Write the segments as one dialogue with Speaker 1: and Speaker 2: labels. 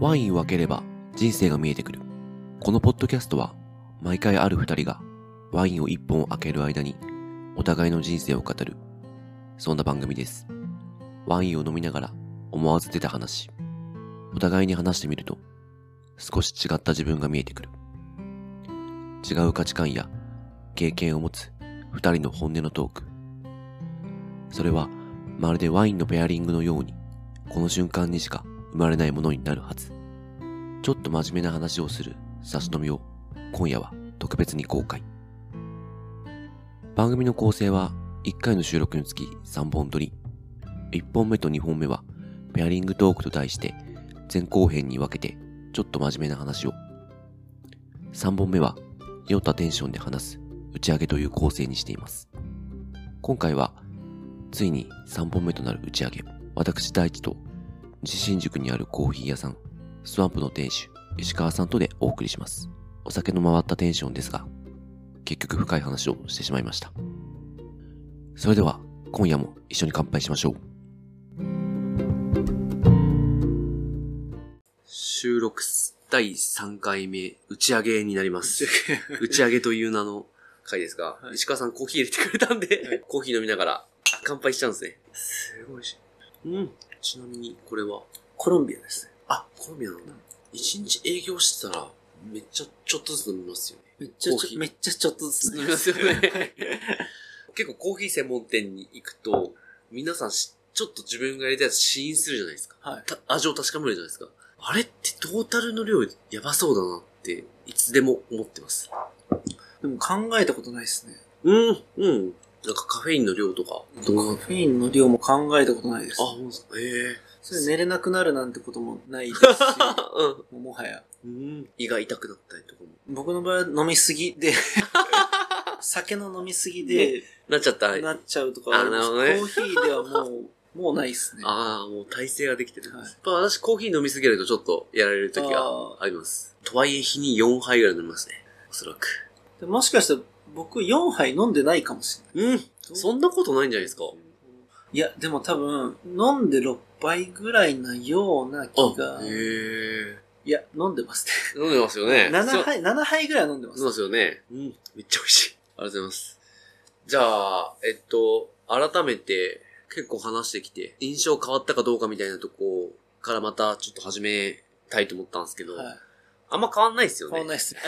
Speaker 1: ワインを開ければ人生が見えてくる。このポッドキャストは毎回ある二人がワインを一本開ける間にお互いの人生を語る。そんな番組です。ワインを飲みながら思わず出た話。お互いに話してみると少し違った自分が見えてくる。違う価値観や経験を持つ二人の本音のトーク。それはまるでワインのペアリングのようにこの瞬間にしか生まれないものになるはず。ちょっと真面目な話をする差し飲みを今夜は特別に公開。番組の構成は1回の収録につき3本撮り。1本目と2本目はペアリングトークと題して前後編に分けてちょっと真面目な話を。3本目は酔ったテンションで話す打ち上げという構成にしています。今回はついに3本目となる打ち上げ。私大地と西新宿にあるコーヒー屋さん、スワンプの店主、石川さんとでお送りします。お酒の回ったテンションですが、結局深い話をしてしまいました。それでは、今夜も一緒に乾杯しましょう。収録第3回目、打ち上げになります。打ち上げという名の回ですが、
Speaker 2: はい
Speaker 1: 石川さんコーヒー入れてくれたんで、 コーヒー飲みながら乾杯しちゃうんですね。
Speaker 2: すごいし。
Speaker 1: うん。ちなみに、これは
Speaker 2: コロンビアですね。
Speaker 1: あ、コロンビアなんだ。一日営業してたら、めっちゃちょっとずつ飲みますよね。
Speaker 2: めっちゃ
Speaker 1: コー
Speaker 2: ち
Speaker 1: ヒー
Speaker 2: ょ、めっちゃちょっとずつ
Speaker 1: 飲みますよね。 結構コーヒー専門店に行くと、皆さんしちょっと自分がやりたいやつ試飲するじゃないですか。
Speaker 2: はい。
Speaker 1: た味を確かめるじゃないですか。あれってトータルの量やばそうだなって、いつでも思ってます。
Speaker 2: でも考えたことないですね。
Speaker 1: うん、うん。なんかカフェインの量とか、どうな
Speaker 2: カフェインの量も考えたことないです。
Speaker 1: あ、ほんとですかええ
Speaker 2: それ寝れなくなるなんてこともないですし、も
Speaker 1: ー。
Speaker 2: うもはや。
Speaker 1: うん。胃が痛くなったりとかも。
Speaker 2: 僕の場合は飲みすぎで、酒の飲みすぎで、
Speaker 1: なっちゃった。
Speaker 2: なっちゃうとかはあります
Speaker 1: あなるほどね
Speaker 2: コーヒーではもう、もうないですね。
Speaker 1: ああ、もう体勢ができてる。
Speaker 2: はい
Speaker 1: やっぱ私コーヒー飲みすぎるとちょっとやられる時が
Speaker 2: あ
Speaker 1: あります。とはいえ日に4杯ぐらい飲みますね。おそらく。
Speaker 2: ーでもしかしたら僕4杯飲んでないかもしれな
Speaker 1: う
Speaker 2: い。
Speaker 1: ん。そんなことないんじゃないですか。
Speaker 2: いや、でも多分、飲んで6杯ぐらいなような気が
Speaker 1: あ、へ。え。
Speaker 2: いや、飲んでますね。
Speaker 1: 飲んでますよね。
Speaker 2: 7
Speaker 1: そう
Speaker 2: 杯、7杯ぐらいは飲んでます。
Speaker 1: 飲んでますよね。うん。めっちゃ美味しい。ありがとうございます。じゃあ、えっと、改めて結構話してきて、印象変わったかどうかみたいなとこからまたちょっと始めたいと思ったんですけど、
Speaker 2: はい。
Speaker 1: あんま変わんないですよね。
Speaker 2: 変わんないっすね。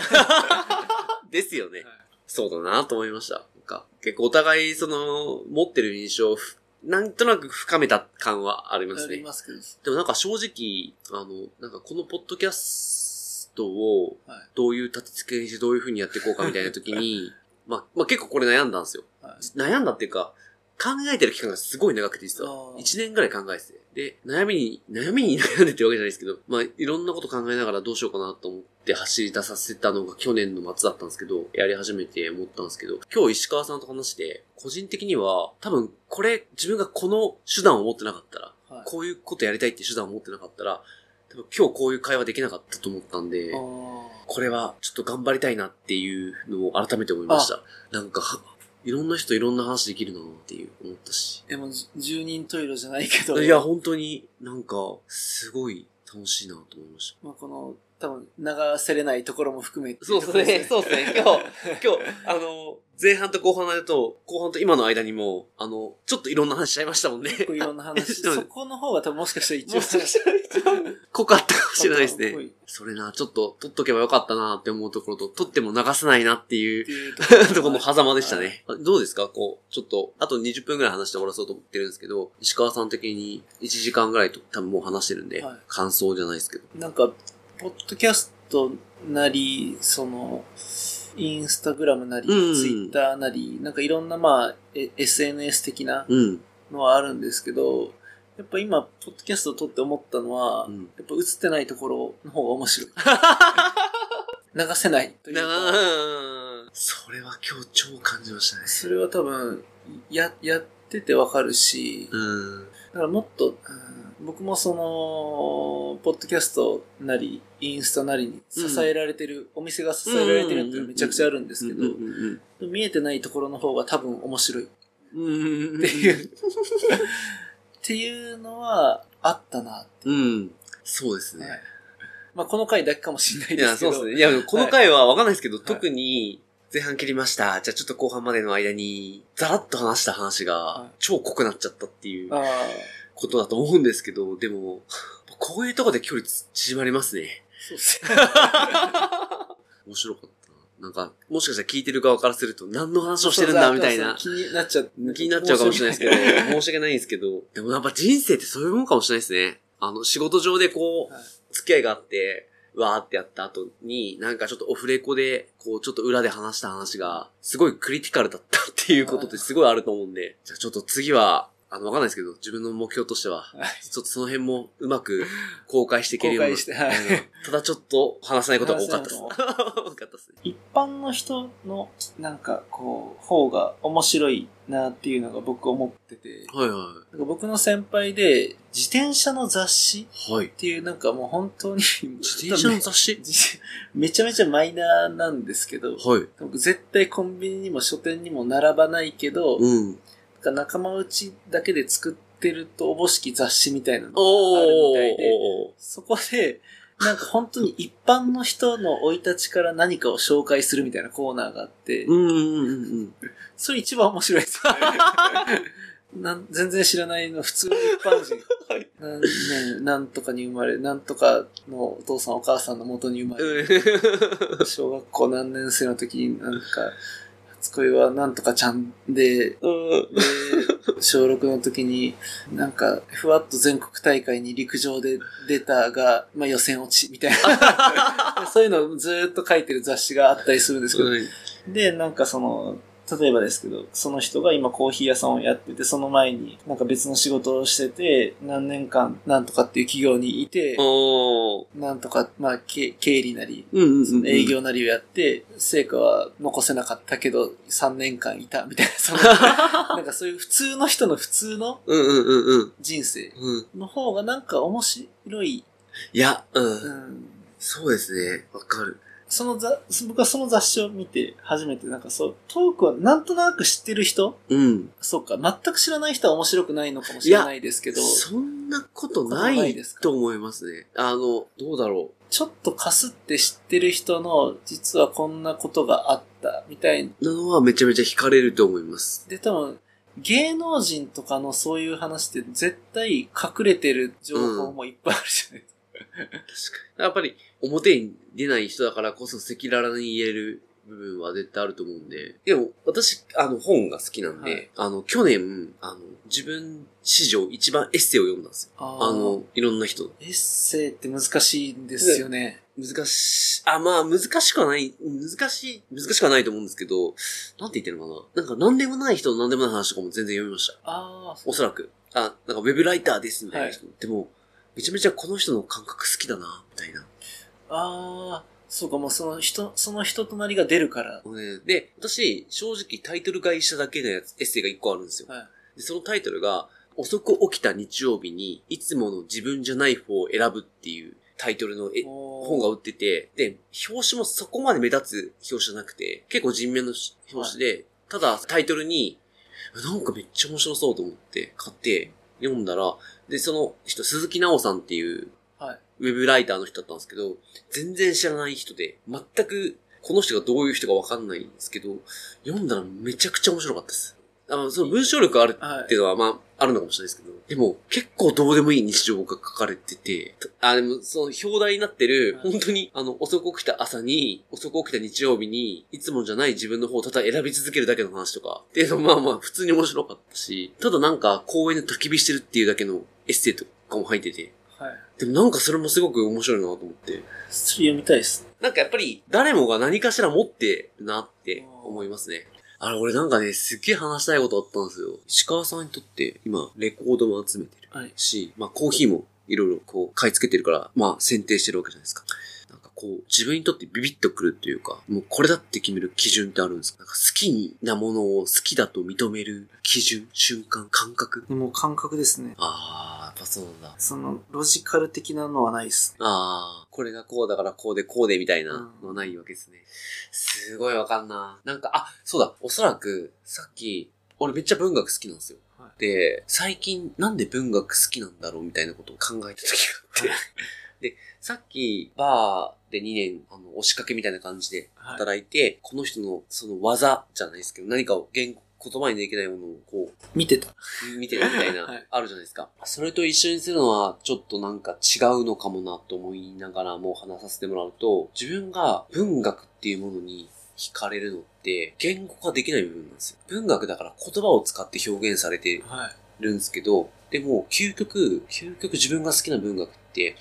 Speaker 1: ですよね。
Speaker 2: はい
Speaker 1: そうだなと思いました。なんか、結構お互い、その、持ってる印象をふ、なんとなく深めた感はあります
Speaker 2: あり
Speaker 1: ね。
Speaker 2: ますけど。
Speaker 1: でもなんか正直、あの、なんかこのポッドキャストを
Speaker 2: はい、
Speaker 1: どういう立て付けにしてどういう風にやっていこうかみたいな時に、 まあ、まあ結構これ悩んだんですよ。
Speaker 2: はい
Speaker 1: 悩んだっていうか、考えてる期間がすごい長くて実
Speaker 2: あ
Speaker 1: は。
Speaker 2: ー
Speaker 1: 1年ぐらい考えてて。で、悩みに、 悩みに悩んでってわけじゃないですけど、まあ、いろんなこと考えながらどうしようかなと思って走り出させたのが去年の末だったんですけど、やり始めて思ったんですけど、今日石川さんと話して、個人的には、多分これ、自分がこの手段を持ってなかったら、
Speaker 2: はい
Speaker 1: こういうことやりたいっていう手段を持ってなかったら、多分今日こういう会話できなかったと思ったんで、
Speaker 2: あ
Speaker 1: これはちょっと頑張りたいなっていうのを改めて思いました。なんか、いろんな人いろんな話できるなっていう思ったし。
Speaker 2: ーでも、じ住人トイレじゃないけど、
Speaker 1: いや、本当になんか、すごい楽しいなと思いまし
Speaker 2: まあ、この、多分、流せれないところも含めて
Speaker 1: た。そうです ね、そうですね。今日、今日、あの、前半と後半だと、後半と今の間にも、あの、ちょっといろんな話しちゃいましたも んね。
Speaker 2: 結構いろんな話。
Speaker 1: そうです
Speaker 2: そこの方が多分もしかしたら一
Speaker 1: も
Speaker 2: 番。
Speaker 1: しかしたら一番濃かったかもしれないですね
Speaker 2: 濃いっ。
Speaker 1: それな、ちょっと撮っとけばよかったなって思うところと、撮っても流せないなっていう
Speaker 2: ていうとこ ろ
Speaker 1: とこの狭間でしたね。どうですかこう、ちょっと、あと20分ぐらい話して終わらそうと思ってるんですけど、石川さん的に1時間ぐらいと多分もう話してるんで、
Speaker 2: はい
Speaker 1: 感想じゃないですけど。
Speaker 2: なんか、ポッドキャストなり、その、インスタグラムなり、ツイ
Speaker 1: うん
Speaker 2: ッターなり、なんかいろんな、まあ、え SNS 的な
Speaker 1: うん。
Speaker 2: のはあるんですけど、やっぱ今、ポッドキャストを撮って思ったのは、
Speaker 1: うん
Speaker 2: やっぱ映ってないところの方が面 白い。流せないという
Speaker 1: な
Speaker 2: か、
Speaker 1: あそれは今日超感じましたね。
Speaker 2: それは多分、や、やっててわかるし、
Speaker 1: うん。
Speaker 2: だからもっと、うん僕もその、ポッドキャストなり、インスタなりに支えられてる、お店が支えられてるっていうのはめちゃくちゃあるんですけど、
Speaker 1: うん
Speaker 2: 見えてないところの方が多分面白いっ
Speaker 1: うんうん。
Speaker 2: ていう、っていうのはあったな。
Speaker 1: うん。そうですね。
Speaker 2: はいまあ、この回だけかもしれない
Speaker 3: い
Speaker 2: で
Speaker 3: や、
Speaker 2: すけ
Speaker 3: そう
Speaker 2: ど。
Speaker 3: ですね。いや、この回はわかんないですけど、特に前半切りました。じゃあちょっと後半までの間に、ざらっと話した話
Speaker 2: は
Speaker 3: が
Speaker 2: い、
Speaker 3: 超濃くなっちゃったっていう
Speaker 2: ああ、
Speaker 3: ことだと思うんですけど、でも、こういうとこで距離縮まりますね。
Speaker 2: そうですね。
Speaker 3: 面白かったな。なんか、もしかしたら聞いてる側からすると、何の話をしてるん だ、みたいな。
Speaker 2: 気になっちゃう。
Speaker 3: 気になっちゃうかもしれないですけど、申し訳ないんですけど、でもやっぱ人生ってそういうもんかもしれないですね。あの、仕事上でこ、
Speaker 2: はいう
Speaker 3: 付き合いがあって、わーってやった後に、なんかちょっとオフレコで、こう、ちょっと裏で話した話が、すごいクリティカルだったっていうことってすごいあると思うんで、じゃあちょっと次は、あの、わかんないですけど、自分の目標としては、
Speaker 2: はい
Speaker 3: ちょっとその辺もうまく 公開していける
Speaker 2: 公
Speaker 3: ような
Speaker 2: 開し。て、はい。
Speaker 3: うんただちょっと話さないことが多かったです。多
Speaker 2: 話
Speaker 3: かったですね。
Speaker 2: 一般の人の、なんか、こう、方が面白いなっていうのが僕思ってて、
Speaker 3: はいは
Speaker 2: なんか僕の先輩で、自転車の雑誌
Speaker 3: い。はい。
Speaker 2: っていう、なんかもう本当に、
Speaker 3: 自転車の雑誌
Speaker 2: 誌 めちゃめちゃマイナーなんですけど、
Speaker 3: はい。
Speaker 2: 僕絶対コンビニにも書店にも並ばないけど、
Speaker 3: う
Speaker 2: な
Speaker 3: ん。
Speaker 2: んか仲間内だけで作ってるとおぼしき雑誌みたいなの。
Speaker 3: おー
Speaker 2: あるみたいで
Speaker 3: おーおー
Speaker 2: そこで、なんか本当に一般の人の生い立ちから何かを紹介するみたいなコーナーがあ って、
Speaker 3: うんうんうんうん。
Speaker 2: それ一番面白いです。 なん全然知らないの、普通の一般人。
Speaker 3: はい
Speaker 2: なんね、なんとかに生まれ、なんとかのお父さんお母さんの元に生まれ、小学校何年生の時になんか、初恋はなんとかちゃんで、
Speaker 3: うん。
Speaker 2: で、小6の時に、なんか、ふわっと全国大会に陸上で出たが、まあ予選落ちみたい な。そういうのをずーっと書いてる雑誌があったりするんですけど。で、なんかその、例えばですけど、その人が今コーヒー屋さんをやってて、その前になんか別の仕事をしてて、何年間なんとかっていう企業にいて、
Speaker 3: おー
Speaker 2: なんとか、まあ、け経理なり、
Speaker 3: うんうんうん。
Speaker 2: 営。業なりをやって、成果は残せなかったけど、3年間いた、みたいな、その、なんかそういう普通の人の普通の
Speaker 3: うんうんうんうん。
Speaker 2: 人生
Speaker 3: うん。
Speaker 2: の方がなんか面白い。
Speaker 3: いや、う。
Speaker 2: うんん。
Speaker 3: そうですね。わかる。
Speaker 2: そのざ、僕はその雑誌を見て初めて、なんかそう、トークはなんとなく知ってる人
Speaker 3: うん。
Speaker 2: そっか、全く知らない人は面白くないのかもしれないですけど、
Speaker 3: そんなこと
Speaker 2: そんな
Speaker 3: な
Speaker 2: ことない
Speaker 3: い
Speaker 2: ですか
Speaker 3: と思いますね。あの、どうだろ
Speaker 2: ちょっとかすって知ってる人の、実はこんなことがあった、みたいな。
Speaker 3: う。なのはめちゃめちゃ惹かれると思います。
Speaker 2: で、多分、芸能人とかのそういう話って絶対隠れてる情報もいっぱいあるじゃないですか。
Speaker 3: やっぱり表に出ない人だからこそ赤裸々に言える部分は絶対あると思うんで。でも私、あの本が好きなんで、
Speaker 2: はい
Speaker 3: あの去年、あの自分史上一番エッセイを読んだんですよ。あ
Speaker 2: あの、
Speaker 3: の、いろんな人の。
Speaker 2: エッセイって難しいんですよね。
Speaker 3: 難し、あ、まあ難しくはない、難しい、難しくはないと思うんですけど、なんて言ってるのかな。なんか何でもない人の何でもない話とかも全然読みました。
Speaker 2: ああ、
Speaker 3: おそらく。あ、なんかウェブライターですみたいな人。でも、めちゃめちゃこの人の感覚好きだな、みたいな。
Speaker 2: ああ、そうか、もうその人、その人となりが出るから。
Speaker 3: もうねで、私、正直タイトル買いしただけのやつ、エッセイが1個あるんですよ。
Speaker 2: はい。
Speaker 3: で、そのタイトルが、遅く起きた日曜日に、いつもの自分じゃない方を選ぶっていうタイトルのえ本
Speaker 2: 本
Speaker 3: が売ってて、で、表紙もそこまで目立つ表紙じゃなくて、結構人面の表紙で、ただタイトルに、なんかめっちゃ面白そうと思って買って読んだら、で、その人、鈴木直さんっていう
Speaker 2: はい。
Speaker 3: ウェブライターの人だったんですけど、全然知らない人で、全くこの人がどういう人かわかんないんですけど、読んだらめちゃくちゃ面白かったです。あの、その文章力ある
Speaker 2: は
Speaker 3: って
Speaker 2: い。
Speaker 3: いうのは、まあ、あるのかもしれないですけど、でも、結構どうでもいい日常が書かれてて、あ、でも、その表題になってる、
Speaker 2: はい
Speaker 3: 本当に、あの、遅く起きた朝に、遅く起きた日曜日に、いつもじゃない自分の方をただ選び続けるだけの話とか、っていうのも、まあまあ、普通に面白かったし、ただなんか、公園で焚き火してるっていうだけのエッセイとかも入ってて、
Speaker 2: はい。
Speaker 3: でもなんかそれもすごく面白いなと思って。
Speaker 2: それ読みたいです。
Speaker 3: なんかやっぱり誰もが何かしら持ってるなって思いますね。あれ、俺なんかね、すっげえ話したいことあったんですよ。石川さんにとって今、レコードも集めてる
Speaker 2: はい。
Speaker 3: し、まあコーヒーもいろいろこう買い付けてるから、まあ選定してるわけじゃないですか。なんかこう、自分にとってビビッとくるというか、もうこれだって決める基準ってあるんですかなんか好きなものを好きだと認める基準、瞬間、感覚
Speaker 2: でも感覚ですね。
Speaker 3: ああ、やっぱそうなんだ。
Speaker 2: その、ロジカル的なのはないですね。
Speaker 3: ああ、これがこうだからこうでこうでみたいなのはないわけですね。すごいわかんな。なんか、あ、そうだ、おそらく、さっき、俺めっちゃ文学好きなんですよ。
Speaker 2: はい
Speaker 3: で、最近なんで文学好きなんだろうみたいなことを考えた時があって、さっき、バーで2年、あの、押しかけみたいな感じで
Speaker 2: はい。
Speaker 3: 働いて、この人の、その技じゃないですけど、何かを言言葉にできないものを、こ
Speaker 2: 見てた。
Speaker 3: う、見てるみたいな、
Speaker 2: はい
Speaker 3: あるじゃないですか。それと一緒にするのは、ちょっとなんか違うのかもなと思いながらも話させてもらうと、自分が文学っていうものに惹かれるのって、言語化できない部分なんですよ。文学だから言葉を使って表現されて
Speaker 2: はい。
Speaker 3: るんですけど、でも、究極、究極自分が好きな文学って、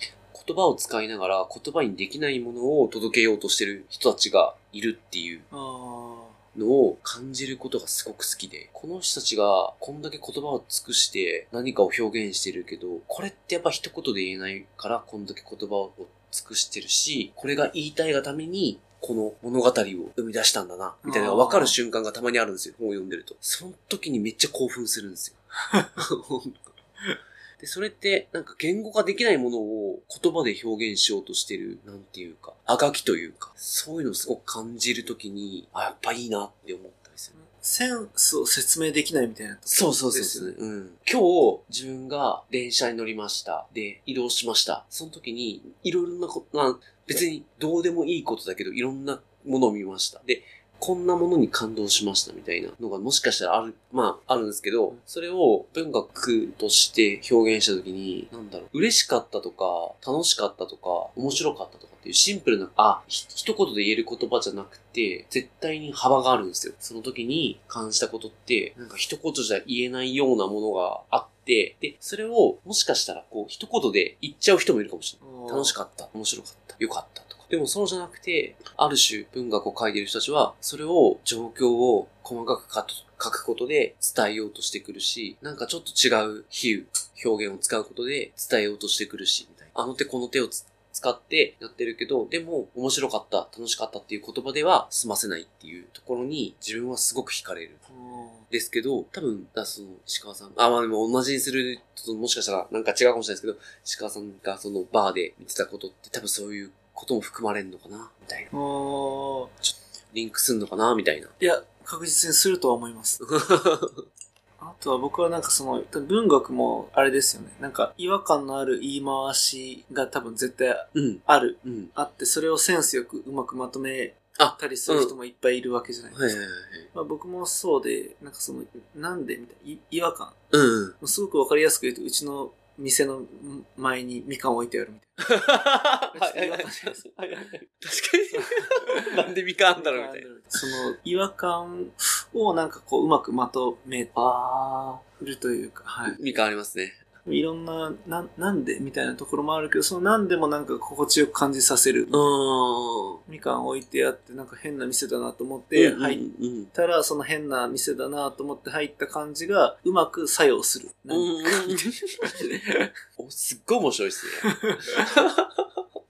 Speaker 3: 言葉を使いながら言葉にできないものを届けようとしてる人たちがいるっていう
Speaker 2: ああ。
Speaker 3: のを感じることがすごく好きで、この人たちがこんだけ言葉を尽くして何かを表現してるけど、これってやっぱ一言で言えないからこんだけ言葉を尽くしてるし、これが言いたいがために、この物語を生み出したんだな、みたいなのが分かる瞬間がたまにあるんですよ、本を読んでると。その時にめっちゃ興奮するんですよ。 で、それって、なんか言語化できないものを言葉で表現しようとしてる、なんていうか、あがきというか、そういうのをすごく感じるときに、あ、やっぱいいなって思ったりする。
Speaker 2: センスを説明できないみたいな。
Speaker 3: そうそうそうそう、うん。今日、自分が電車に乗りました。で、移動しました。その時に、いろいろなこと、まあ、別にどうでもいいことだけど、いろんなものを見ました。で、こんなものに感動しましたみたいなのがもしかしたらある、まあ、あるんですけど、それを文学として表現したときに、なんだろう、嬉しかったとか、楽しかったとか、面白かったとかっていうシンプルな、あ、ひ一言で言える言葉じゃなくて、絶対に幅があるんですよ。その時に感じたことって、なんか一言じゃ言えないようなものがあって、で、それをもしかしたら、こう、一言で言っちゃう人もいるかもしれない。楽し
Speaker 2: か
Speaker 3: かった、面白かった、良かったとか。でもそうじゃなくて、ある種文学を書いてる人たちは、それを状況を細かく書く書くことで伝えようとしてくるし、なんかちょっと違う比喩、表現を使うことで伝えようとしてくるし、みたいな。あの手この手をつ使ってやってるけど、でも面白かった、楽しかったっていう言葉では済ませないっていうところに自分はすごく惹かれる。
Speaker 2: った。
Speaker 3: ですけど、多分、だその、石川さん、あ、まあでも同じにする、ちょっともしかしたらなんか違うかもしれないですけど、石川さんがそのバーで見てたことって多分そういうことも含まれるのかな、みたいな。
Speaker 2: あー
Speaker 3: リンクすんのかな、みたいな。
Speaker 2: いや、確実にするとは思います。あとは僕はなんかその、文学もあれですよね。なんか違和感のある言い回しが多分絶対
Speaker 3: うん、
Speaker 2: ある。
Speaker 3: うん。
Speaker 2: あって、それをセンスよくうまくまとめ
Speaker 3: あ、
Speaker 2: たりする人もいっぱいいるわけじゃないですか。
Speaker 3: はいはいはい。
Speaker 2: まあ、僕もそうで、なんかその、なんでみたいない違和感。
Speaker 3: うんうん。
Speaker 2: すごくわかりやすく言うと、うちの店の前にみかん置いてあるみたい
Speaker 3: はいはいは
Speaker 2: はい
Speaker 3: い
Speaker 2: はいはい
Speaker 3: 確かに。なんでみかんだろう、みたいな。
Speaker 2: その違和感をなんかこううまくまとめ
Speaker 3: あ
Speaker 2: るというか、は
Speaker 3: みかんありますね。
Speaker 2: い。いろんな、な、なんでみたいなところもあるけど、そのなんでもなんか心地よく感じさせる
Speaker 3: う。ーん。
Speaker 2: みかん置いてあって、なんか変な店だなと思って
Speaker 3: うんうん
Speaker 2: 入っ
Speaker 3: うん。
Speaker 2: たら、その変な店だなと思って入った感じがうまく作用する。
Speaker 3: うんうんうん。 おすっごい面白いっすね。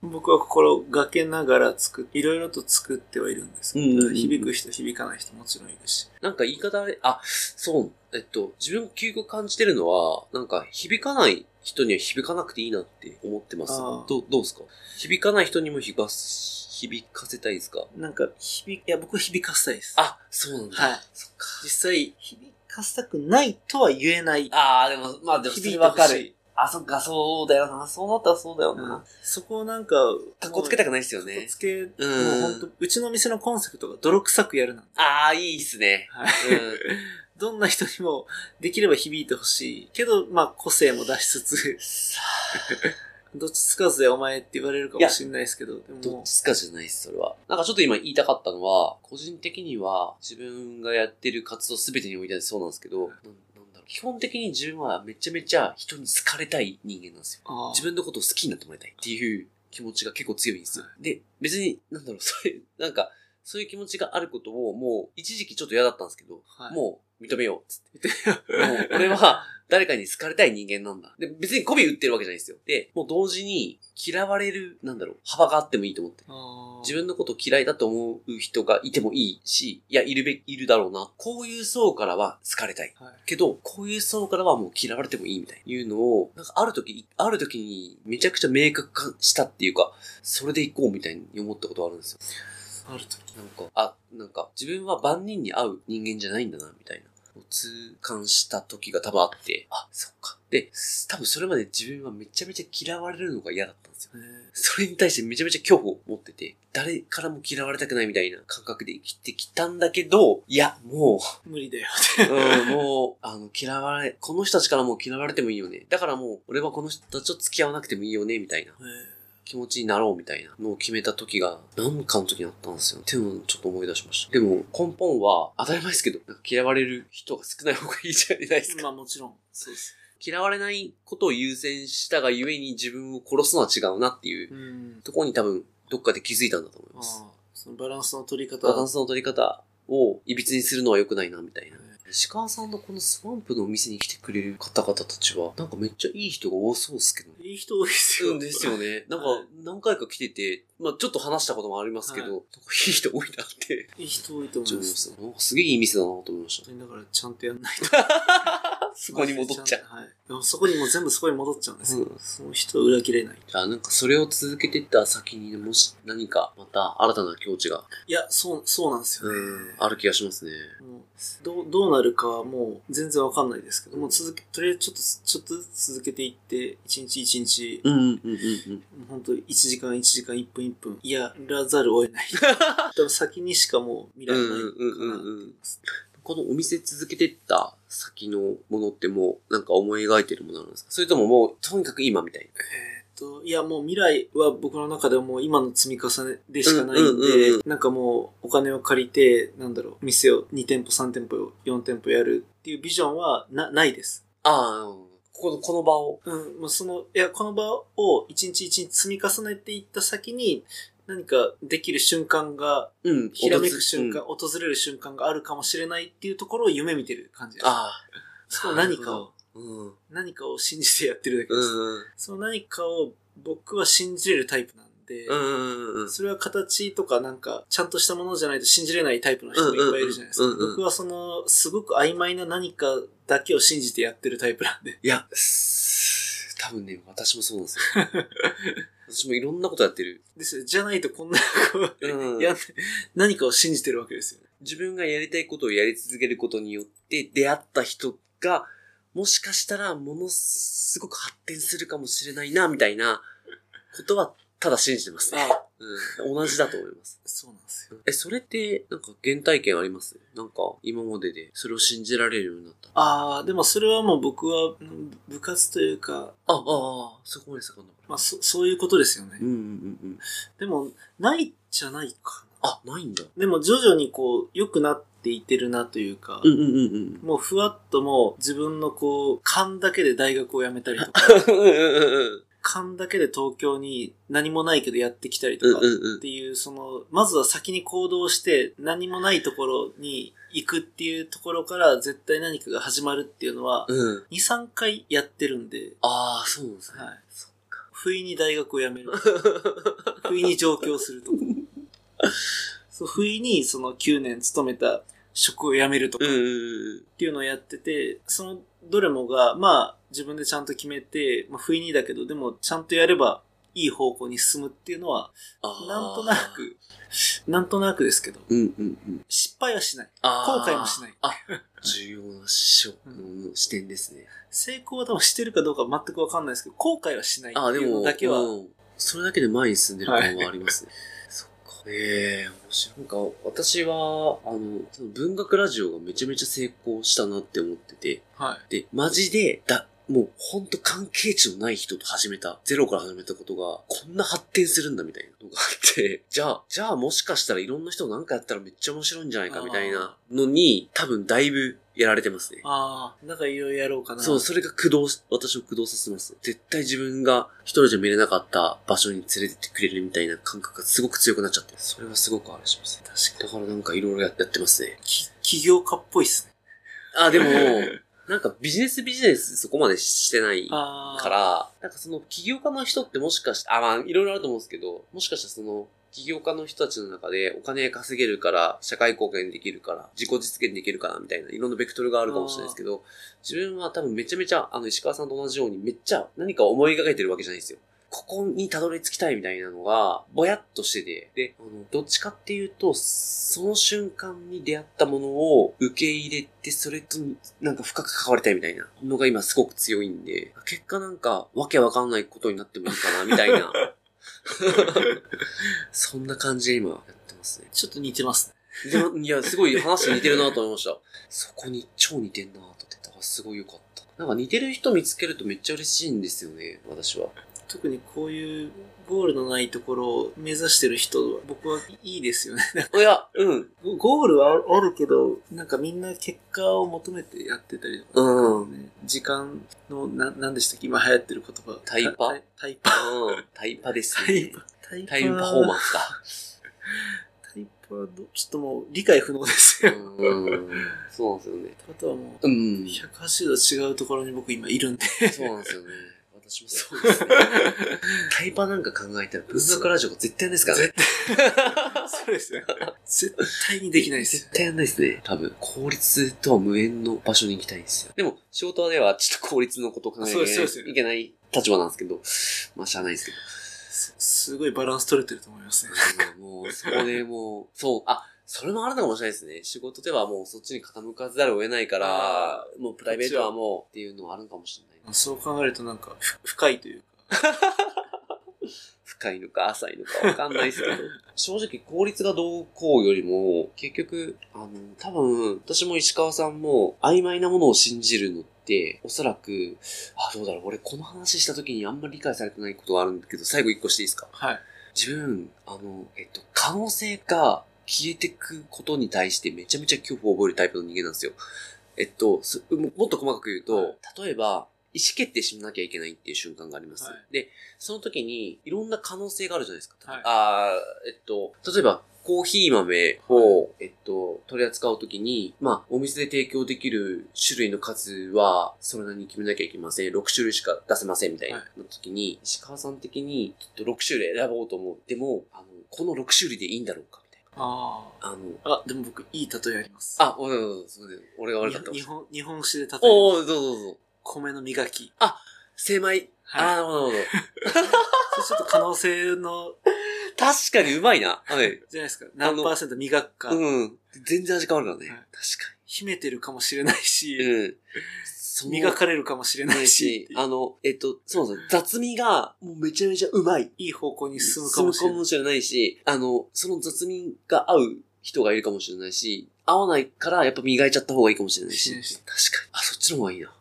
Speaker 2: 僕は心がけながら作っいろいろと作ってはいるんですけど、
Speaker 3: うんうんうん
Speaker 2: 響く人響かない人もちろんいるし
Speaker 3: なんか言い方あれ、あ、そう、えっと、自分究極感じてるのは、なんか響かない人には響かなくていいなって思ってます
Speaker 2: あ。ー
Speaker 3: どう、どうですか響かない人にも響かす、響かせたいですか
Speaker 2: なんか響いや僕は響かせたいです
Speaker 3: あ、そうなんだ。
Speaker 2: はい
Speaker 3: そっか。
Speaker 2: 実際響かせたくないとは言えない
Speaker 3: ああ、でも、まあでも、そ
Speaker 2: 響い
Speaker 3: れ
Speaker 2: て
Speaker 3: わ
Speaker 2: ほ
Speaker 3: か
Speaker 2: しい
Speaker 3: る。あ、そっか、そうだよな。そうなったらそうだよ
Speaker 2: うん
Speaker 3: な。
Speaker 2: そこをなんか
Speaker 3: かっこつけた
Speaker 2: く
Speaker 3: くないですよ
Speaker 2: かっこ。
Speaker 3: ね
Speaker 2: つけも
Speaker 3: う。
Speaker 2: うん本当うちの店のコンセプトが泥臭くやるなんで
Speaker 3: ああ、いいっすね。
Speaker 2: はい
Speaker 3: うん。
Speaker 2: どんな人にもできれば響いてほしいけどまあ個性も出しつつ どっちつかずでお前って言われるかもしれないですけどで
Speaker 3: ど
Speaker 2: も
Speaker 3: っちかじゃないです、それは。なんかちょっと今言いたかったのは、個人的には自分がやってる活動すべてにおいてそうなんですけど、なんなんだろう。基本的に自分はめちゃめちゃ人に好かれたい人間なんですよ。
Speaker 2: あー
Speaker 3: 自分のことを好きになってもらいたいっていう気持ちが結構強いんですよ。で、別に、なんだろう、それ、なんか、そういう気持ちがあることをもう一時期ちょっと嫌だったんですけど、
Speaker 2: はい
Speaker 3: もう認めようっつ って。もう俺は誰かに好かれたい人間なんだ。で、別に媚び売ってるわけじゃないんですよ。で、もう同時に嫌われる、なんだろう、幅があってもいいと思って。
Speaker 2: あー
Speaker 3: 自分のこと嫌いだと思う人がいてもいいし、いや、いるべ、いるだろうな。こういう層からは好かれたい。
Speaker 2: はい
Speaker 3: けど、こういう層からはもう嫌われてもいいみたいないうのを、なんかある時、ある時にめちゃくちゃ明確化したっていうか、それでいこうみたいに思ったことあるんですよ。
Speaker 2: あると
Speaker 3: なんか、あ、なんか自分は万人に会う人間じゃないんだな、みたいな。こう痛感した時が多分あって、あ、そっか。で、多分それまで自分はめちゃめちゃ嫌われるのが嫌だったんですよ。それに対してめちゃめちゃ恐怖を持ってて、誰からも嫌われたくないみたいな感覚で生きてきたんだけど、いや、も う、
Speaker 2: 無理だよ。
Speaker 3: うん、もう、あの、嫌われ、この人たちからもう嫌われてもいいよね。だからもう、俺はこの人たちと付き合わなくてもいいよね、みたいな気持ちになろう、みたいなのを決めた時が、なんかの時にあったんですよ。っていうのをちょっと思い出しました。でも、根本は、当たり前ですけど、なんか嫌われる人が少ない方がいいじゃないですか。
Speaker 2: まあもちろん、そうです。
Speaker 3: 嫌われないことを優先したがゆえに自分を殺すのは違うなっていう
Speaker 2: うん。
Speaker 3: ところに多分、どっかで気づいたんだと思い
Speaker 2: あ
Speaker 3: ます。
Speaker 2: あそのバランスの取り方
Speaker 3: バランスの取り方をいびつにするのは良くないな、みたいな。石川さんのこのスワンプのお店に来てくれる方々たちは、なんかめっちゃいい人が多そうですけど。
Speaker 2: いい人多いですよ。
Speaker 3: うんですよね。なんか
Speaker 2: はい
Speaker 3: 何回か来てて、まあちょっと話したこともありますけど、
Speaker 2: はい
Speaker 3: なんかいい人多いなって、
Speaker 2: いい人多いと思
Speaker 3: ち
Speaker 2: い
Speaker 3: ょっ
Speaker 2: ま。
Speaker 3: と思いますした。なんかすげえいい店だなと思いまし
Speaker 2: 本当にだからちゃんとやんないと。
Speaker 3: た。 そこに戻っちゃう。
Speaker 2: はい。でもそこにもう全部そこに戻っちゃうんですよ。
Speaker 3: うん
Speaker 2: その人を裏切れない。
Speaker 3: あなんかそれを続けてった先に、もし何かまた新たな境地が、
Speaker 2: いや、そう、そうなんですよね。
Speaker 3: ある気がしますね。
Speaker 2: もうどうどうなるかはもう全然わかんないですけど、もう続け、とりあえずちょっと、ちょっとずつ続けていって、一日一日、
Speaker 3: うんうんうんうん。
Speaker 2: 本当一時間一時間一分一分、やらざるを得ない。 多分先にしかもう見られないかなって思います。
Speaker 3: このお店続けてった先のものってもうなんか思い描いてるものなんですかそれとももうとにかく今みたいな。
Speaker 2: えっといやもう未来は僕の中ではもう今の積み重ねでしかないんで、
Speaker 3: うんうんうん
Speaker 2: なんかもうお金を借りてなんだろう店を2店舗3店舗4店舗やるっていうビジョンはなないです
Speaker 3: ああ、ここの、この場を。
Speaker 2: うん、まあ、その、いや、この場を一日一日積み重ねていった先に、何かできる瞬間が、
Speaker 3: うん
Speaker 2: ひらめく瞬間、
Speaker 3: うん
Speaker 2: 訪れる瞬間があるかもしれないっていうところを夢見てる感じです。
Speaker 3: あ
Speaker 2: その何かを、
Speaker 3: あ。うん。
Speaker 2: 何かを信じてやってるだけ
Speaker 3: う
Speaker 2: です。
Speaker 3: ん。
Speaker 2: その何かを僕は信じれるタイプなんで、
Speaker 3: うん。うん。
Speaker 2: それは形とかなんか、ちゃんとしたものじゃないと信じれないタイプの人もいっぱいいるじゃないです
Speaker 3: うんう
Speaker 2: か。
Speaker 3: んうんうん
Speaker 2: 僕はその、すごく曖昧な何かだけを信じてやってるタイプなんで。
Speaker 3: いや、す多分ね、私もそうなんですよ。 私もいろんなことやってる。
Speaker 2: ですよ。じゃないとこんな、こう、
Speaker 3: うん
Speaker 2: いや、何かを信じてるわけですよね。
Speaker 3: 自分がやりたいことをやり続けることによって出会った人が、もしかしたらものすごく発展するかもしれないな、みたいなことは、ただ信じてますね。
Speaker 2: あ
Speaker 3: うん、同じだと思います。
Speaker 2: そうなんですよ。
Speaker 3: え、それって、なんか原体験ありますなんか、今までで、それを信じられるようになった。あ、
Speaker 2: ああ、でもそれはもう僕はうん部活というか、
Speaker 3: ああ、そこまで遡る。
Speaker 2: まあそそういうことですよね
Speaker 3: うん。うんうんうん。
Speaker 2: でも、ないじゃないかな。
Speaker 3: あ、ないんだ。
Speaker 2: でも徐々にこう、良くなっていってるなというか、
Speaker 3: うんうんうんうん。
Speaker 2: もうふわっともう自分のこう、勘だけで大学を辞めたりとか、
Speaker 3: うんうんうんうん。
Speaker 2: 勘だけで東京に何もないけどやってきたりと
Speaker 3: うん
Speaker 2: か、
Speaker 3: うんうん
Speaker 2: っ。ていう、その、まずは先に行動して、何もないところに行くっていうところから、絶対何かが始まるっていうのは、
Speaker 3: うん。
Speaker 2: 2、3回やってるんで、
Speaker 3: ああ、そうなんですね。
Speaker 2: はい。
Speaker 3: そっ
Speaker 2: 不意に大学を辞める。 不意に上京するとか。そう、不意にその9年勤めた職を辞めるとか
Speaker 3: う
Speaker 2: っ
Speaker 3: んうんうん。
Speaker 2: ていうのをやってて、そのどれもが、まあ、自分でちゃんと決めて、まあ、不意にだけど、でもちゃんとやれば、いい方向に進むっていうのは、
Speaker 3: あー
Speaker 2: なんとな。く、なんとなくですけど、
Speaker 3: うんうんうん。
Speaker 2: 失敗はしない。
Speaker 3: 後
Speaker 2: 後悔もしない。
Speaker 3: あ、重要な視聴の視点ですね。
Speaker 2: 成功は多分してるかどうかは全くわかんないですけど、後悔はしないって
Speaker 3: あ、で
Speaker 2: いう
Speaker 3: も、
Speaker 2: のだけは、
Speaker 3: うんそれだけで前に進んでる感はありますね。そっか。ええ面白い。なんか、私は、あの、その文学ラジオがめちゃめちゃ成功したなって思ってて、
Speaker 2: はい。
Speaker 3: で、マジで、だ、もうほんと関係値のない人と始めた、ゼロから始めたことが、こんな発展するんだみたいなのがあって、 じゃあ、じゃあもしかしたらいろんな人なんかやったらめっちゃ面白いんじゃないかみたいなのに、多分だいぶやられてますね。
Speaker 2: ああ、なんかいろいろやろうかな。
Speaker 3: そう、それが駆動し、私を駆動させます。絶対自分が一人じゃ見れなかった場所に連れてってくれるみたいな感覚がすごく強くなっちゃって、それはすごくあれします。
Speaker 2: 確か
Speaker 3: だからなんかいろいろややってます
Speaker 2: に。
Speaker 3: ね。
Speaker 2: き起業家っぽいっすね。
Speaker 3: あ、でも、なんかビジネスビジネスそこまでしてない。
Speaker 2: ああ。
Speaker 3: か。ら、なんかその起業家の人ってもしかして、あ、まあいろいろあると思うんですけど、もしかしたらその、起業家の人たちの中でお金稼げるから、社会貢献できるから、自己実現できるから、みたいな、いろんなベクトルがあるかもしれないですけど、自分は多分めちゃめちゃ、あの、石川さんと同じように、めっちゃ何か思い描いてるわけじゃないんですよ。ここにたどり着きたいみたいなのが、ぼやっとしてて、で、あの、どっちかっていうと、その瞬間に出会ったものを受け入れて、それとなんか深く関わりたいみたいなのが今すごく強いんで、結果なんか、わけわかんないことになってもいいかな、みたいな。 そんな感じで今やってますね。
Speaker 2: ちょっと似てますね。
Speaker 3: でも、いや、すごい話似てるなと思いました。 そこに超似てんなと思って、だからすごい良かった。なんか似てる人見つけるとめっちゃ嬉しいんですよね、私 は。
Speaker 2: 特にこういうゴールのないところを目指してる人は、僕はいいですよね。
Speaker 3: いや、うん。
Speaker 2: ゴールはあるけど、なんかみんな結果を求めてやってたりとか、
Speaker 3: うん。
Speaker 2: ね時間の、な、なんでしたっけ今流行ってる言葉。
Speaker 3: タイパ
Speaker 2: タイタイパ。
Speaker 3: タイパです
Speaker 2: タイ
Speaker 3: ね。
Speaker 2: パ。タイ
Speaker 3: タイムパフォーマン
Speaker 2: ス。
Speaker 3: スか。
Speaker 2: タイパはど、ちょっともう理解不能ですよ。
Speaker 3: うん。そうなんですよね。
Speaker 2: あとはも
Speaker 3: う
Speaker 2: う、
Speaker 3: ん。
Speaker 2: 180度違うところに僕今い るんで。
Speaker 3: そうなんですよね。私もそうですね。 タイパなんか考えたら、文学ラジオが絶対ですからね。
Speaker 2: そうですよ。絶対にできないですよ
Speaker 3: 絶。対やんないですね。多分、効率とは無縁の場所に行きたいんですよ。でも、仕事ではちょっと効率のことを考え
Speaker 2: そうですそうです
Speaker 3: ていけない立場なんですけど、まあ、しゃあないですけど。
Speaker 2: すすごいバランス取れてると思いますね。
Speaker 3: うんもう、そこでもう、そう、あ、それもあるのかもしれないですね。仕事ではもうそっちに傾かざるを得ないから
Speaker 2: あ、
Speaker 3: もうプライベートはもうっていうのはあるのかもしれない。
Speaker 2: そう考えるとなんか、ふ深いというか。
Speaker 3: 深いのか浅いのかわかんないですけど。正直、効率がどうこうよりも、結局、あの、多分、私も石川さんも、曖昧なものを信じるのって、おそらく、あ、どうだろう、俺この話した時にあんまり理解されてないことがあるんだけど、最後一個していいですか
Speaker 2: はい。
Speaker 3: 自分、あの、えっと、可能性が消えてくことに対してめちゃめちゃ恐怖を覚えるタイプの人間なんですよ。えっと、すももっと細かく言うと、
Speaker 2: はい
Speaker 3: 例えば、意思決定しなきゃいけないっていう瞬間があります。
Speaker 2: はい
Speaker 3: で、その時に、いろんな可能性があるじゃないですか。
Speaker 2: はい
Speaker 3: あーえっと、例えば、コーヒー豆を、えっと、取り扱うときに、まあ、お店で提供できる種類の数は、それなりに決めなきゃいけません。6種類しか出せません、みたいな
Speaker 2: は
Speaker 3: ときに、石川さん的に、ちょっと6種類選ぼうと思っても、あの、この6種類でいいんだろうか、みたい
Speaker 2: あ
Speaker 3: な。あの、
Speaker 2: あ。あ、でも僕、いい例えあります。
Speaker 3: あ、おいおいおいそれで俺が悪かったわ
Speaker 2: 日。本、日本酒で例え
Speaker 3: お
Speaker 2: ます
Speaker 3: おどうぞどうぞ。
Speaker 2: 米の磨き。
Speaker 3: 狭い。あー、
Speaker 2: はい。
Speaker 3: なるほど、なる ほど。
Speaker 2: それちょっと可能性の、
Speaker 3: 確かにうまいな。はい。
Speaker 2: じゃないですか。何パーセント磨くか。
Speaker 3: うん。全然味変わるからね。
Speaker 2: はい
Speaker 3: 確か
Speaker 2: 秘めてるかもしれない
Speaker 3: に。
Speaker 2: し、
Speaker 3: うん。その
Speaker 2: 磨かれるかもしれないし、
Speaker 3: あの、えっと、そうなんですよ雑味が、もうめちゃめちゃうまい。
Speaker 2: いい方向に進むかもしれない。
Speaker 3: 進むかもしれないし、あの、その雑味が合う人がいるかもしれないし、合わないからやっぱ磨いちゃった方がいいかもしれないし。
Speaker 2: しな
Speaker 3: 確
Speaker 2: いし
Speaker 3: かに。あ、そっちの方がいいな。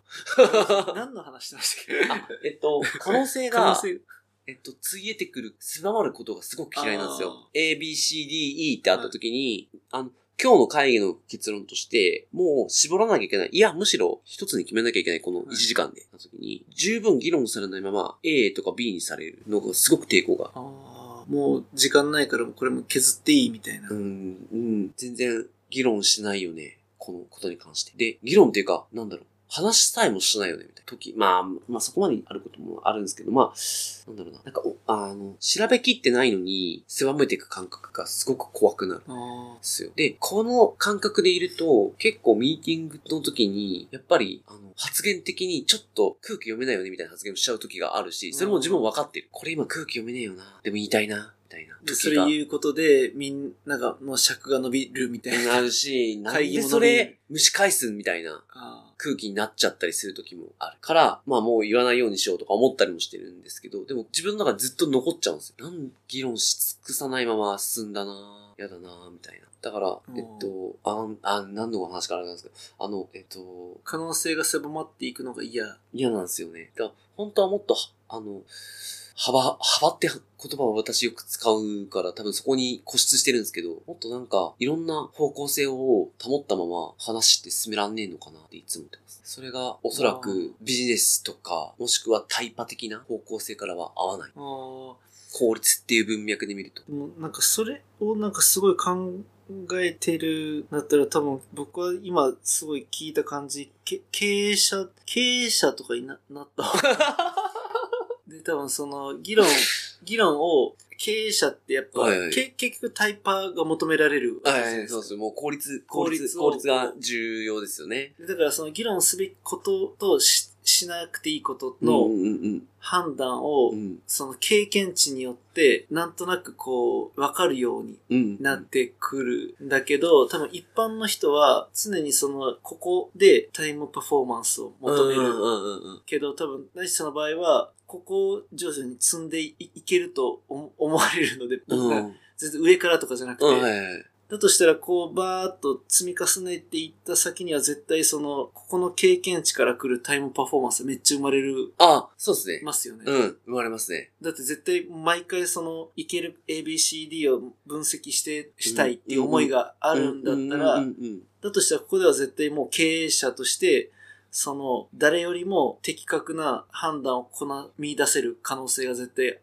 Speaker 2: 何の話してましたっ
Speaker 3: あ、えっと、可能
Speaker 2: け
Speaker 3: 性
Speaker 2: 可能
Speaker 3: が、
Speaker 2: 性。
Speaker 3: えっと、ついえてくる、狭まることがすごく嫌いなんですよ
Speaker 2: あ。
Speaker 3: A, B, C, D, E ってあった時に、あの、今日の会議の結論として、もう絞らなきゃいけない。いや、むしろ一つに決めなきゃいけない、この1時間で。の時に、十分議論されないまま A とか B にされるのがすごく抵抗が。
Speaker 2: あーもう時間ないからこれも削っていいみたいな。
Speaker 3: うん、うん、全然議論しないよね。このことに関して。で、議論っていうか、なんだろう。話さえもしないよね、みたいな時。まあ、まあそこまであることもあるんですけど、まあ、なんだろうな。なんか、おあの、調べきってないのに、狭めていく感覚がすごく怖くなる。
Speaker 2: あ
Speaker 3: ですよ。で、この感覚でいると、結構ミーティングの時に、やっぱり、あの、発言的にちょっと空気読めないよねみたいな発言をしちゃう時があるし、それも自分分かってる。これ今空気読めねえよな。でも言いたいな。みたいな
Speaker 2: ー
Speaker 3: 時
Speaker 2: で
Speaker 3: が。
Speaker 2: それ言うことで、みんなが、の尺が伸びるみたいな。
Speaker 3: なるし、なん
Speaker 2: 会議も
Speaker 3: で
Speaker 2: 伸び
Speaker 3: それ、蒸し返すみたいな
Speaker 2: あ
Speaker 3: 空気になっちゃったりする時もあるから、まあもう言わないようにしようとか思ったりもしてるんですけど、でも自分の中でずっと残っちゃうんですよ。なん議論し尽くさないまま進んだなぁ、やだなぁ、みたいな。だから、
Speaker 2: うん
Speaker 3: えっと、あん、あん、何度も話からあれなんですけど、あの、えっと
Speaker 2: ー、可能性が狭まっていくのが嫌。
Speaker 3: 嫌なんですよね。だから本当はもっと、あの、幅、幅って言葉を私よく使うから多分そこに固執してるんですけど、もっとなんかいろんな方向性を保ったまま話って進めらんねえのかなっていつも思ってます。それがおそら
Speaker 2: あー
Speaker 3: くビジネスとかもしくはタイパ的な方向性からは合わない。
Speaker 2: あー
Speaker 3: 効率っていう文脈で見ると。
Speaker 2: でもなんかそれをなんかすごい考えてるんだったら多分僕は今すごい聞いた感じ、け経営者、経営者とかになな った方が。で、多分その議論、議論を経営者ってやっぱ、
Speaker 3: はいはい
Speaker 2: け結局タイパーが求められるわけじゃないです
Speaker 3: そう
Speaker 2: か。
Speaker 3: です。もう効率、効
Speaker 2: 効
Speaker 3: 率、
Speaker 2: 率
Speaker 3: 効率が重要ですよね。
Speaker 2: でだからその議論すべきこととししなくていいこと
Speaker 3: うん
Speaker 2: の
Speaker 3: うん
Speaker 2: 判断を、
Speaker 3: うんうん
Speaker 2: その経験値によって、なんとなくこう、わかるように
Speaker 3: うん
Speaker 2: なってくるんだけど、多分一般の人は常にその、ここでタイムパフォーマンスを求める。
Speaker 3: うんうんうんうん
Speaker 2: けど、多分、大地さんの場合は、ここを徐々に積んでいいけると思思われるので、
Speaker 3: うんうん
Speaker 2: 全然上からとかじゃなくて、
Speaker 3: うんはいはい
Speaker 2: だとしたら、こう、バーっと積み重ねていった先には、絶対その、ここの経験値から来るタイムパフォーマンスめっちゃ生まれる、
Speaker 3: あ、そうですね。
Speaker 2: ますよね。
Speaker 3: うん、生まれますね。
Speaker 2: だって絶対、毎回その、いける ABCD を分析して、したいっていう思いがあ
Speaker 3: あ
Speaker 2: るんだったら、だとしたらここでは絶対もう経営者として、その、誰よりも的確な判断をこな、見出せる可能性が絶対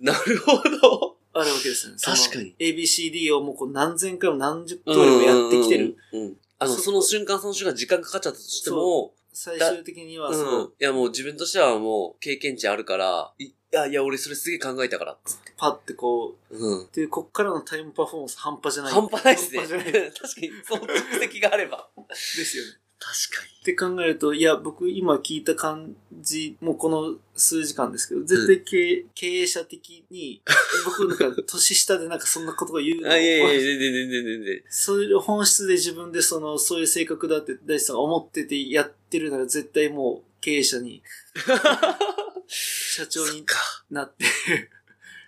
Speaker 3: なるほど。
Speaker 2: あるわけですよね。その
Speaker 3: 確かに
Speaker 2: ABCD をもうこう何千回も何十通りもやってきてる。
Speaker 3: うんうんうん。あの、
Speaker 2: そ
Speaker 3: その瞬間、その瞬間、時間かかっちゃったとしても、
Speaker 2: 最終的には、そ
Speaker 3: うん。
Speaker 2: の
Speaker 3: い、や、もう自分としてはもう、経験値あるから、いいや、いや、俺それすげえ考えたから、つって。
Speaker 2: パッてこう、
Speaker 3: うん。
Speaker 2: っていう、こっからのタイムパフォーマンス半端じゃない。
Speaker 3: 半端ないですね。
Speaker 2: 半端
Speaker 3: 確
Speaker 2: じゃ
Speaker 3: か
Speaker 2: ない
Speaker 3: に
Speaker 2: で、
Speaker 3: その蓄積があれば。
Speaker 2: すよね。
Speaker 3: 確かに。
Speaker 2: って考えると、いや、僕今聞いた感じ、もうこの数時間ですけど、絶対経,、経営者的 に、僕なんか年下でなんかそんなことが言うの
Speaker 3: あ、いやいやいや、全然全然全然。
Speaker 2: そういう本質で自分でその、そういう性格だって大地さんが思っててやってるなら絶対もう経営者 に、社長
Speaker 3: そっ
Speaker 2: に
Speaker 3: か。
Speaker 2: なって、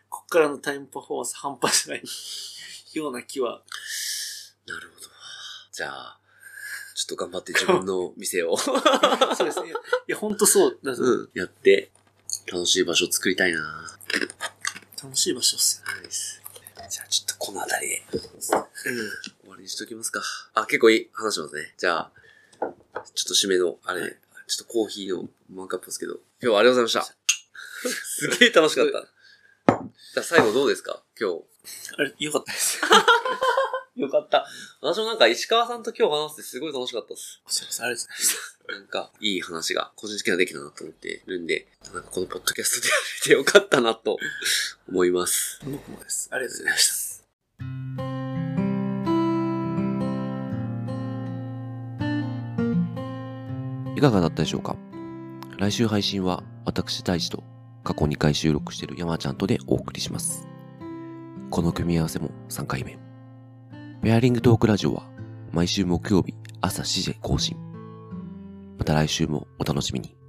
Speaker 2: こっからのタイムパフォーマンス半端じゃない ような気 は。
Speaker 3: なるほど。じゃあ、ちょっと頑張って自分の店 を、
Speaker 2: そうですね。いやいや、ほんとそうだと、
Speaker 3: うん、やって、楽しい場所を作りたいな
Speaker 2: 楽しい場所っすよ。
Speaker 3: ナイス。じゃあちょっとこの辺りで、終わりにしときますか。あ、結構いい話しますね。じゃあ、ちょっと締めの、あれ、ちょっとコーヒーのマンカップですけど、今日はありがとうございました。 すげえ楽しかった。じゃあ最後どうですか今日。
Speaker 2: あれ、よかった です。
Speaker 3: よかった。私もなんか石川さんと今日話してすごい楽しかったです。
Speaker 2: すいません、あれですね。
Speaker 3: なんか、いい話が、個人的にはできたなと思ってるんで、なんかこのポッドキャストでやれてよかったなと思います。
Speaker 2: 僕もです。ありがとうございました。
Speaker 1: いかがだったでしょうか来週配信は私大地と過去2回収録している山ちゃんとでお送りします。この組み合わせも3回目。ペアリングトークラジオは毎週木曜日朝7時更新。また来週もお楽しみに。